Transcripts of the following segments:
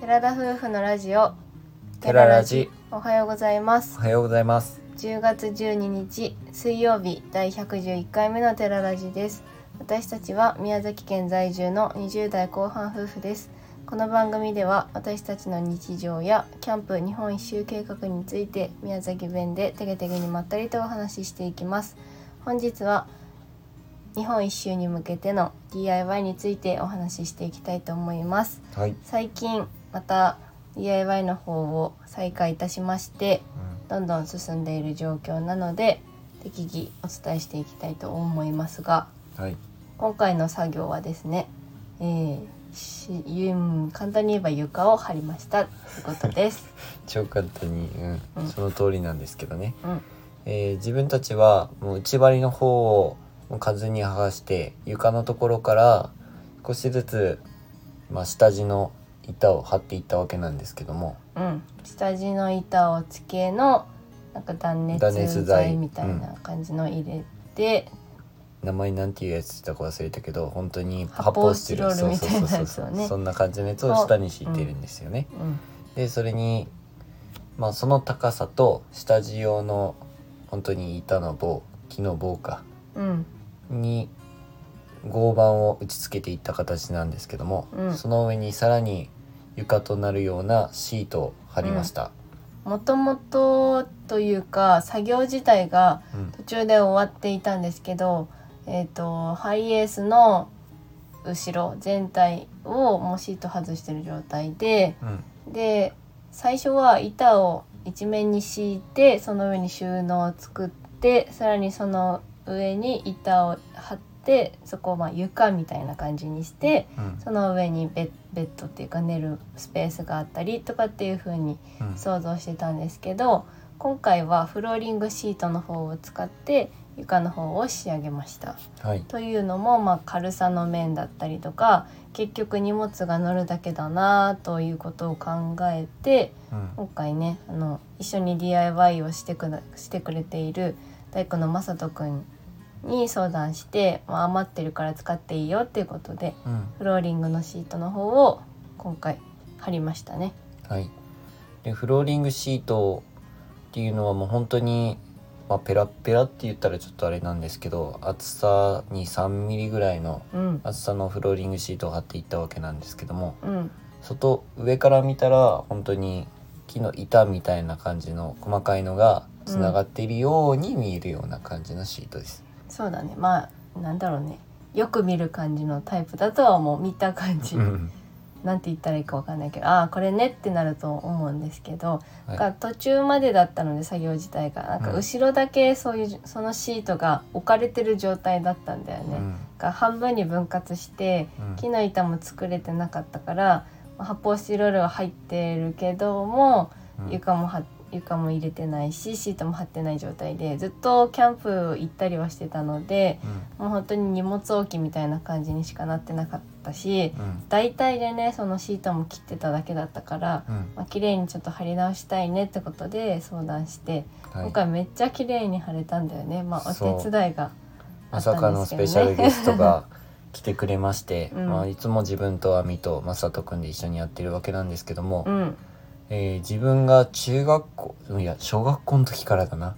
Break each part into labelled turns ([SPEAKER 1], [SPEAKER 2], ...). [SPEAKER 1] 寺田夫婦のラジオ
[SPEAKER 2] テララジ
[SPEAKER 1] おはようございます
[SPEAKER 2] おはようございます
[SPEAKER 1] 10月12日水曜日第111回目のテララジです私たちは宮崎県在住の20代後半夫婦ですこの番組では私たちの日常やキャンプ日本一周計画について宮崎弁でテゲテゲにまったりとお話ししていきます本日は日本一周に向けての DIY についてお話ししていきたいと思います
[SPEAKER 2] はい、
[SPEAKER 1] 最近また DIY の方を再開いたしましてどんどん進んでいる状況なので適宜お伝えしていきたいと思いますが
[SPEAKER 2] はい
[SPEAKER 1] 今回の作業はですね、えーしゆうん簡単に言えば床を張りましたということ です。
[SPEAKER 2] 超簡単に、うん
[SPEAKER 1] うん
[SPEAKER 2] その通りなんですけどね、
[SPEAKER 1] うん
[SPEAKER 2] えー自分たちはもう内張りの方をもう数に剥がして床のところから少しずつ、まあ、下地の板を張っていったわけなんですけども
[SPEAKER 1] うん、下地の板を付けのなんか断熱
[SPEAKER 2] 断熱材
[SPEAKER 1] 材みたいな感じの入れて、
[SPEAKER 2] 名前なんていうやつだか忘れたけど本当に
[SPEAKER 1] 発泡スチロール
[SPEAKER 2] 発泡スチロール
[SPEAKER 1] みたいなやつをね
[SPEAKER 2] そうそうそうそうそんな感じのやつを下に敷いてるんですよね。
[SPEAKER 1] うん
[SPEAKER 2] でそれに、まあ、その高さと下地用の本当に板の棒木の棒か
[SPEAKER 1] うん
[SPEAKER 2] に合板を打ち付けていった形なんですけども、
[SPEAKER 1] うん
[SPEAKER 2] その上にさらに床となるようなシートを貼りました。
[SPEAKER 1] もともとというか作業自体が
[SPEAKER 2] うん
[SPEAKER 1] 途中で終わっていたんですけど、えー、とハイエースの後ろ全体をもうシート外してる状態で
[SPEAKER 2] うん
[SPEAKER 1] で最初は板を一面に敷いてその上に収納を作ってさらにその上に板を張ってそこをまあ床みたいな感じにして
[SPEAKER 2] うん
[SPEAKER 1] その上にベッベッドっていうか寝るスペースがあったりとかっていう風に
[SPEAKER 2] うん
[SPEAKER 1] 想像してたんですけど今回はフローリングシートの方を使って床の方を仕上げました。
[SPEAKER 2] はい
[SPEAKER 1] というのも、まあ、軽さの面だったりとか結局荷物が乗るだけだなということを考えて
[SPEAKER 2] うん
[SPEAKER 1] 今回ねあの一緒に DIY をしてくなしてくれている大工のまさとくんに相談して、まあ、余ってるから使っていいよっていうことで
[SPEAKER 2] うん
[SPEAKER 1] フローリングのシートの方を今回貼りましたね。
[SPEAKER 2] はい、でフローリングシートっていうのはもう本当に、まあ、ペラッペラって言ったらちょっとあれなんですけど厚さに3ミリぐらいの
[SPEAKER 1] うん、
[SPEAKER 2] 厚さのフローリングシートを貼っていったわけなんですけども
[SPEAKER 1] うん
[SPEAKER 2] 外上から見たら本当に木の板みたいな感じの細かいのがつながっているように見えるような感じのシートです。
[SPEAKER 1] そうだねまあなんだろうねよく見る感じのタイプだとはもう見た感じ、
[SPEAKER 2] うん
[SPEAKER 1] なんて言ったらいいかわかんないけどああこれねってなると思うんですけど、
[SPEAKER 2] はい
[SPEAKER 1] が途中までだったので作業自体がなんか
[SPEAKER 2] うん
[SPEAKER 1] 後ろだけそういうそのシートが置かれてる状態だったんだよ
[SPEAKER 2] う
[SPEAKER 1] ね。
[SPEAKER 2] ん
[SPEAKER 1] が半分に分割して
[SPEAKER 2] うん
[SPEAKER 1] 木の板も作れてなかったからまあ発泡スチロールは入ってるけども
[SPEAKER 2] うん
[SPEAKER 1] 床もは床も入れてないしシートも張ってない状態でずっとキャンプ行ったりはしてたのでもう本当に荷物置きみたいな感じにしかなってなかったし
[SPEAKER 2] うんうん
[SPEAKER 1] 大体でねそのシートも切ってただけだったから、
[SPEAKER 2] うん
[SPEAKER 1] まあ綺麗にちょっと貼り直したいねってことで相談して、
[SPEAKER 2] はい
[SPEAKER 1] 今回めっちゃ綺麗に貼れたんだよねまあお
[SPEAKER 2] そう
[SPEAKER 1] 手伝いがあ
[SPEAKER 2] ま
[SPEAKER 1] った
[SPEAKER 2] さ
[SPEAKER 1] んですけどね
[SPEAKER 2] かのスペシャルゲストが来てくれまして、
[SPEAKER 1] うん
[SPEAKER 2] まあ、いつも自分と亜美と正人君で一緒にやってるわけなんですけども、
[SPEAKER 1] うん
[SPEAKER 2] えー自分が中学校いや小学校の時からだな、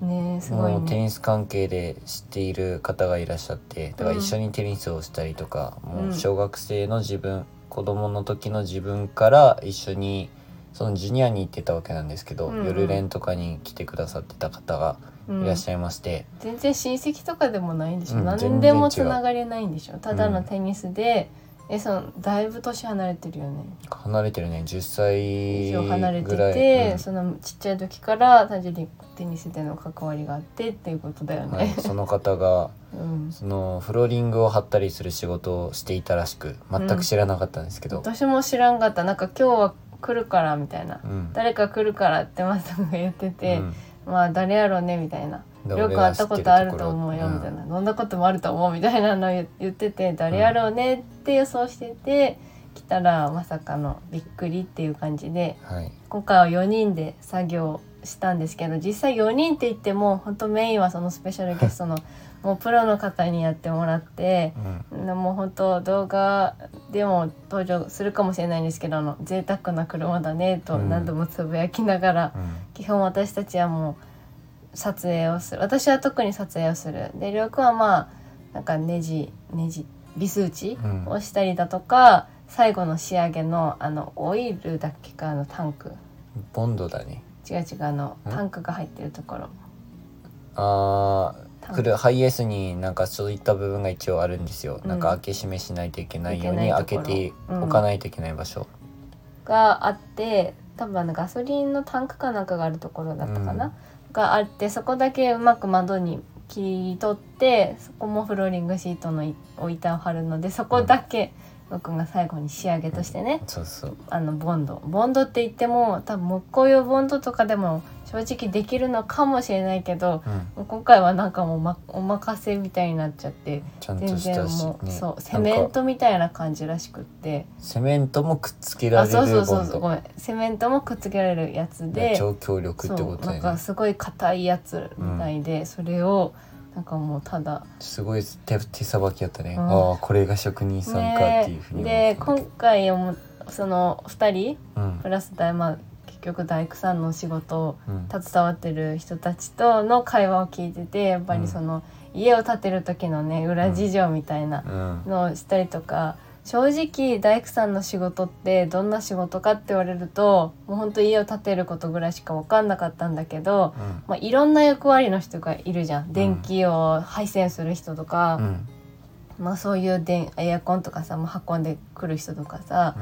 [SPEAKER 1] ねえすごい
[SPEAKER 2] もうテ
[SPEAKER 1] ね
[SPEAKER 2] ニス関係で知っている方がいらっしゃってだから一緒にテニスをしたりとか、もう小学生の自分子供の時の自分から一緒にそのジュニアに行ってたわけなんですけど、
[SPEAKER 1] うんうん
[SPEAKER 2] 夜練とかに来てくださってた方がいらっしゃいまして、
[SPEAKER 1] うん全然親戚とかでもないんでしょ、
[SPEAKER 2] うん
[SPEAKER 1] 何
[SPEAKER 2] 全
[SPEAKER 1] で
[SPEAKER 2] 然違う
[SPEAKER 1] もつながりないんでしょただのテニスで、えそのだいぶ年離れてるよね
[SPEAKER 2] 離れてるね10
[SPEAKER 1] 以上離れ
[SPEAKER 2] 歳
[SPEAKER 1] て
[SPEAKER 2] ぐらい
[SPEAKER 1] て、
[SPEAKER 2] うん
[SPEAKER 1] そのちっちゃい時から単純にテニスでの関わりがあってっていうことだよね、
[SPEAKER 2] はい、その方が
[SPEAKER 1] うん
[SPEAKER 2] そのフローリングを張ったりする仕事をしていたらしく全く知らなかったんですけど、
[SPEAKER 1] 私も知らんかったなんか今日は来るからみたいな、
[SPEAKER 2] うん
[SPEAKER 1] 誰か来るからってマスターが言ってて、まあ誰やろうねみたいな
[SPEAKER 2] うん
[SPEAKER 1] よく会ったことあると思うよみたい、な、どんなこともあると思うみたいなの言言ってて誰やろうねって予想してて、来たらまさかのびっくりっていう感じで
[SPEAKER 2] うんはい、
[SPEAKER 1] 今回は4人で作業したんですけど実際4人って言っても本当メインはそのスペシャルゲストの もうプロの方にやってもらって
[SPEAKER 2] うん
[SPEAKER 1] もう本当動画でも登場するかもしれないんですけどあの贅沢な車だねと
[SPEAKER 2] うん
[SPEAKER 1] 何度もつぶやきながら、
[SPEAKER 2] うん
[SPEAKER 1] 基本私たちはもう撮影をする私は特に撮影をするでりょうくんはまあなんかネジネジビス打ち
[SPEAKER 2] うん
[SPEAKER 1] をしたりだとか、最後の仕上げのあのオイルだっけかあのタンク
[SPEAKER 2] ボンドだね
[SPEAKER 1] 違う違うあの
[SPEAKER 2] ん
[SPEAKER 1] タンクが入ってるところ
[SPEAKER 2] あ
[SPEAKER 1] タ
[SPEAKER 2] ー
[SPEAKER 1] ン
[SPEAKER 2] くるハイエースになんかそういった部分が一応あるんですよ、
[SPEAKER 1] うん
[SPEAKER 2] なんか開け閉めしないといけないように
[SPEAKER 1] い
[SPEAKER 2] 開
[SPEAKER 1] け
[SPEAKER 2] け
[SPEAKER 1] ないところ
[SPEAKER 2] ておかないといけない場所、
[SPEAKER 1] があって多分あのガソリンのタンクかなんかがあるところだったかな、
[SPEAKER 2] うん
[SPEAKER 1] があってそこだけうまく窓に切り取ってそこもフローリングシートのいお板を張るのでそこだけ僕が最後に仕上げとしてね、
[SPEAKER 2] そうそう
[SPEAKER 1] あのボンドボンドって言っても多分木工用ボンドとかでも正直できるのかもしれないけど
[SPEAKER 2] うん
[SPEAKER 1] 今回はなんかもう、ま、お任せみたいになっちゃって
[SPEAKER 2] ちゃんと
[SPEAKER 1] 全
[SPEAKER 2] し
[SPEAKER 1] 然
[SPEAKER 2] たし、
[SPEAKER 1] もう、
[SPEAKER 2] ね、
[SPEAKER 1] そうセメ
[SPEAKER 2] なん
[SPEAKER 1] ン
[SPEAKER 2] か
[SPEAKER 1] トみたいな感じらしくって。
[SPEAKER 2] セメントもくっつけら
[SPEAKER 1] あ
[SPEAKER 2] れるボ
[SPEAKER 1] そ
[SPEAKER 2] ン
[SPEAKER 1] う
[SPEAKER 2] ド
[SPEAKER 1] そうそうそうごめんセメントもくっつけられるやつで
[SPEAKER 2] 超強力ってこ
[SPEAKER 1] そう
[SPEAKER 2] と
[SPEAKER 1] な
[SPEAKER 2] だ
[SPEAKER 1] ん
[SPEAKER 2] よ
[SPEAKER 1] か
[SPEAKER 2] ね
[SPEAKER 1] すごい硬いやつみたいで、それをなんかもうただ
[SPEAKER 2] すごい手手さばきやったね、
[SPEAKER 1] うん
[SPEAKER 2] ああこれが職人さんかっていうふうに
[SPEAKER 1] ねで
[SPEAKER 2] 思った
[SPEAKER 1] 今回もその2人
[SPEAKER 2] うん
[SPEAKER 1] プラス大まあ結局大工さんのお仕事を
[SPEAKER 2] うん
[SPEAKER 1] 携わってる人たちとの会話を聞いててやっぱりその、家を建てる時のね裏事情みたいな
[SPEAKER 2] うん
[SPEAKER 1] のをしたりとか正直大工さんの仕事ってどんな仕事かって言われるともうほんと家を建てることぐらいしか分かんなかったんだけど、
[SPEAKER 2] うん
[SPEAKER 1] まあ、いろんな役割の人がいるじゃん。電気を配線する人と
[SPEAKER 2] う
[SPEAKER 1] か、
[SPEAKER 2] ん
[SPEAKER 1] まあ、そういう電エアコンとかさもう運んでくる人とかさ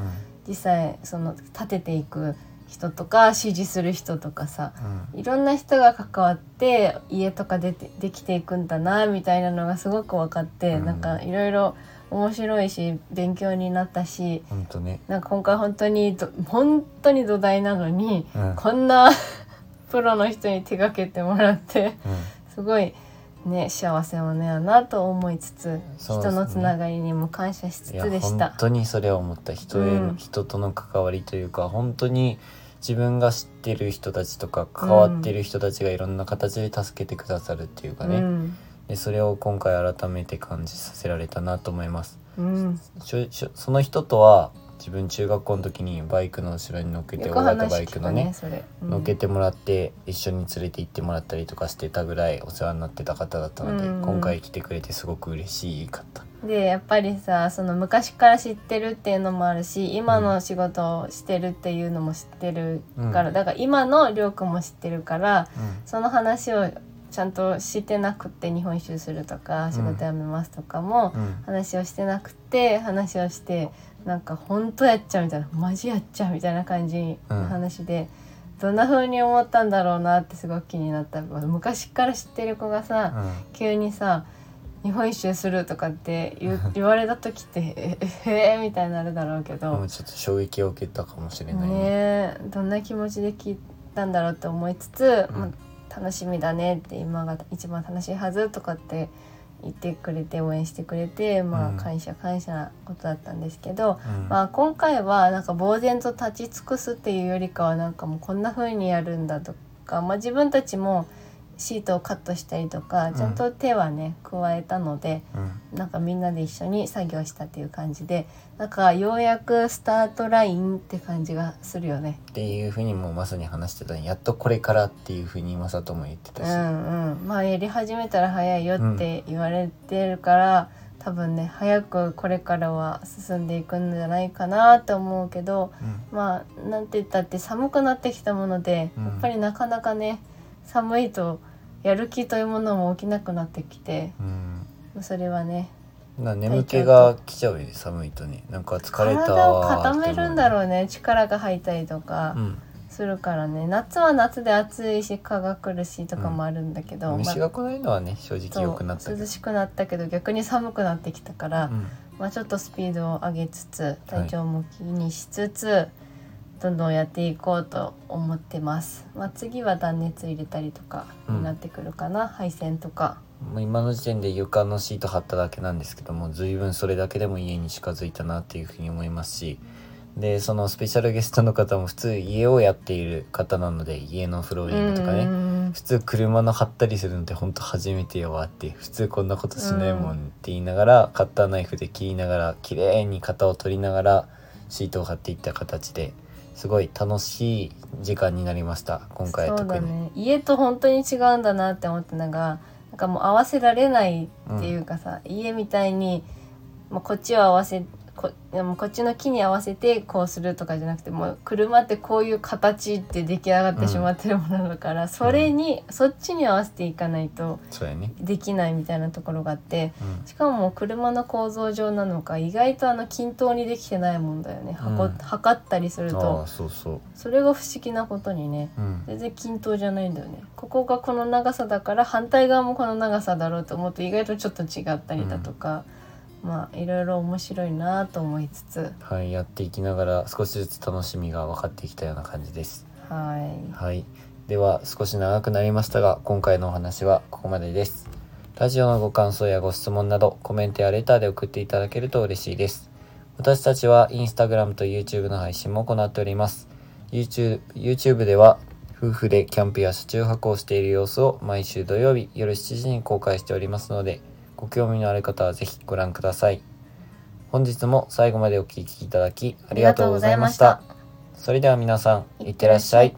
[SPEAKER 1] 実際その建てていく人とか指示する人とかさ
[SPEAKER 2] うん
[SPEAKER 1] いろんな人が関わって家とか出てできていくんだなみたいなのがすごく分かって、
[SPEAKER 2] うん
[SPEAKER 1] なんかいろいろ面白いし勉強になったし
[SPEAKER 2] ほんとね、
[SPEAKER 1] なんか今回本当にど本当に土台なのに
[SPEAKER 2] うんうん
[SPEAKER 1] こんな プロの人に手がけてもらってすごい。ね、幸せもねやなと思いつつ、
[SPEAKER 2] そう
[SPEAKER 1] 人
[SPEAKER 2] ですね
[SPEAKER 1] のつながりにも感謝しつつ
[SPEAKER 2] いや
[SPEAKER 1] でし
[SPEAKER 2] 本
[SPEAKER 1] た。
[SPEAKER 2] 当にそれは思った人へ、
[SPEAKER 1] うん
[SPEAKER 2] 人との関わりというか本当に自分が知ってる人たちとか関わってる人たちがいろんな形で助けてくださるっていうかね、
[SPEAKER 1] うん、
[SPEAKER 2] でそれを今回改めて感じさせられたなと思います
[SPEAKER 1] うん、
[SPEAKER 2] しょしょその人とは自分中学校の時にバイクの後ろに乗っけて
[SPEAKER 1] よ
[SPEAKER 2] 大
[SPEAKER 1] く
[SPEAKER 2] 型
[SPEAKER 1] 話
[SPEAKER 2] バイ
[SPEAKER 1] 聞
[SPEAKER 2] ク
[SPEAKER 1] く
[SPEAKER 2] の
[SPEAKER 1] ね、
[SPEAKER 2] ね
[SPEAKER 1] それ。うん
[SPEAKER 2] 乗っけてもらって一緒に連れて行ってもらったりとかしてたぐらいお世話になってた方だったので、
[SPEAKER 1] うん
[SPEAKER 2] 今回来てくれてすごく嬉しいかった。
[SPEAKER 1] でやっぱりさその昔から知ってるっていうのもあるし今の仕事をしてるっていうのも知ってるから、
[SPEAKER 2] うん
[SPEAKER 1] だから今のりょうくんも知ってるから
[SPEAKER 2] うん
[SPEAKER 1] その話をちゃんとしてなくて日本一周するとか仕事辞めますとかも、
[SPEAKER 2] うん
[SPEAKER 1] 話をしてなくて話をしてなんか本当やっちゃうみたいなマジやっちゃうみたいな感じの話で、どんな風に思ったんだろうなってすごく気になった昔から知ってる子がさ、
[SPEAKER 2] うん
[SPEAKER 1] 急にさ「日本一周する」とかって言う言われた時って「えええみたいになるだろうけ
[SPEAKER 2] も
[SPEAKER 1] ど
[SPEAKER 2] うちょっと衝撃を受けたかもしれない
[SPEAKER 1] ね
[SPEAKER 2] ね。
[SPEAKER 1] えどんな気持ちで聞いたんだろうって思いつつ、
[SPEAKER 2] うん
[SPEAKER 1] まあ楽しみだねって今が一番楽しいはずとかって言ってくれて応援してくれてまあ
[SPEAKER 2] うん
[SPEAKER 1] 感謝感謝なことだったんですけど、
[SPEAKER 2] うん
[SPEAKER 1] まあ今回はなんか呆然と立ち尽くすっていうよりかはなんかもうこんな風にやるんだとか、まあ、自分たちもシートをカットしたりとか
[SPEAKER 2] ん
[SPEAKER 1] ちゃんと手はね加えたので
[SPEAKER 2] うん
[SPEAKER 1] なんかみんなで一緒に作業したっていう感じでなんかようやくスタートラインって感じがするよね。
[SPEAKER 2] っていうふうにもまさに話してたねやっとこれからっていうふうにまさとも言って
[SPEAKER 1] う
[SPEAKER 2] たし、
[SPEAKER 1] んうん、まあやり始めたら早いよって言われてるから、多分ね早くこれからは進んでいくんじゃないかなと思うけど、
[SPEAKER 2] うん
[SPEAKER 1] まあなんて言ったって寒くなってきたもので、
[SPEAKER 2] うん
[SPEAKER 1] やっぱりなかなかね寒いとやる気というものも起きなくなってきて
[SPEAKER 2] うん
[SPEAKER 1] それはね
[SPEAKER 2] な眠気が来ちゃうよね寒いとねなんか疲れた
[SPEAKER 1] 体を
[SPEAKER 2] わー
[SPEAKER 1] 固めるんだ
[SPEAKER 2] う、
[SPEAKER 1] ろうね力が入ったりと
[SPEAKER 2] う
[SPEAKER 1] か
[SPEAKER 2] ん、
[SPEAKER 1] するからね、夏は夏で暑いし蚊が来るしとかもあるんだけど、まあ
[SPEAKER 2] 虫が来ないのはね正直良くなった
[SPEAKER 1] そう
[SPEAKER 2] けど
[SPEAKER 1] 涼しくなったけど逆に寒くなってきたから、
[SPEAKER 2] うん
[SPEAKER 1] まあ、ちょっとスピードを上げつつ体調も気にしつつ、どんどんやっていこうと思ってます、まあ、次は断熱入れたりとかになってくるかな、配線とか
[SPEAKER 2] もう今の時点で床のシート貼っただけなんですけども随分それだけでも家に近づいたなっていうふうに思いますしでそのスペシャルゲストの方も普通家をやっている方なので家のフローリングとかね、
[SPEAKER 1] うん
[SPEAKER 2] 普通車の買ったりするのってほんと初めてよわって普通こんなことしないもんって言いながら、カッターナイフで切りながら綺麗に型を取りながらシートを貼っていった形ですごい楽しい時間になりました今回
[SPEAKER 1] そう
[SPEAKER 2] 特
[SPEAKER 1] だ
[SPEAKER 2] に、
[SPEAKER 1] ね家と本当に違うんだなって思ったのがなんかもう合わせられないっていうかさ、家みたいに、まあ、こっちを合わせこいやもうこっちの木に合わせてこうするとかじゃなくてもう車ってこういう形って出来上がってしまってるものだから、それに、そっちに合わせていかないと
[SPEAKER 2] そうやね、
[SPEAKER 1] できないみたいなところがあって
[SPEAKER 2] うん、
[SPEAKER 1] しかも車の構造上なのか意外とあの均等にできてないもんだよね、箱
[SPEAKER 2] うん
[SPEAKER 1] 測ったりする
[SPEAKER 2] ああ
[SPEAKER 1] と
[SPEAKER 2] そうそう
[SPEAKER 1] それが不思議なことにね
[SPEAKER 2] うん
[SPEAKER 1] 全然均等じゃないんだよねここがこの長さだから反対側もこの長さだろうと思うと意外とちょっと違ったりだとか、まあいろいろ面白いなと思いつつ
[SPEAKER 2] はいやっていきながら少しずつ楽しみが分かってきたような感じです
[SPEAKER 1] はい
[SPEAKER 2] はいでは少し長くなりましたが今回のお話はここまでですラジオのご感想やご質問などコメントやレターで送っていただけると嬉しいです私たちはインスタグラムと YouTube の配信も行っております YouTube, YouTube では夫婦でキャンプや車中泊をしている様子を毎週土曜日夜7時に公開しておりますのでご興味のある方はぜひご覧ください本日も最後までお聴きいただきありがとうございました
[SPEAKER 1] ありがとうございました
[SPEAKER 2] それでは皆さんいってらっしゃい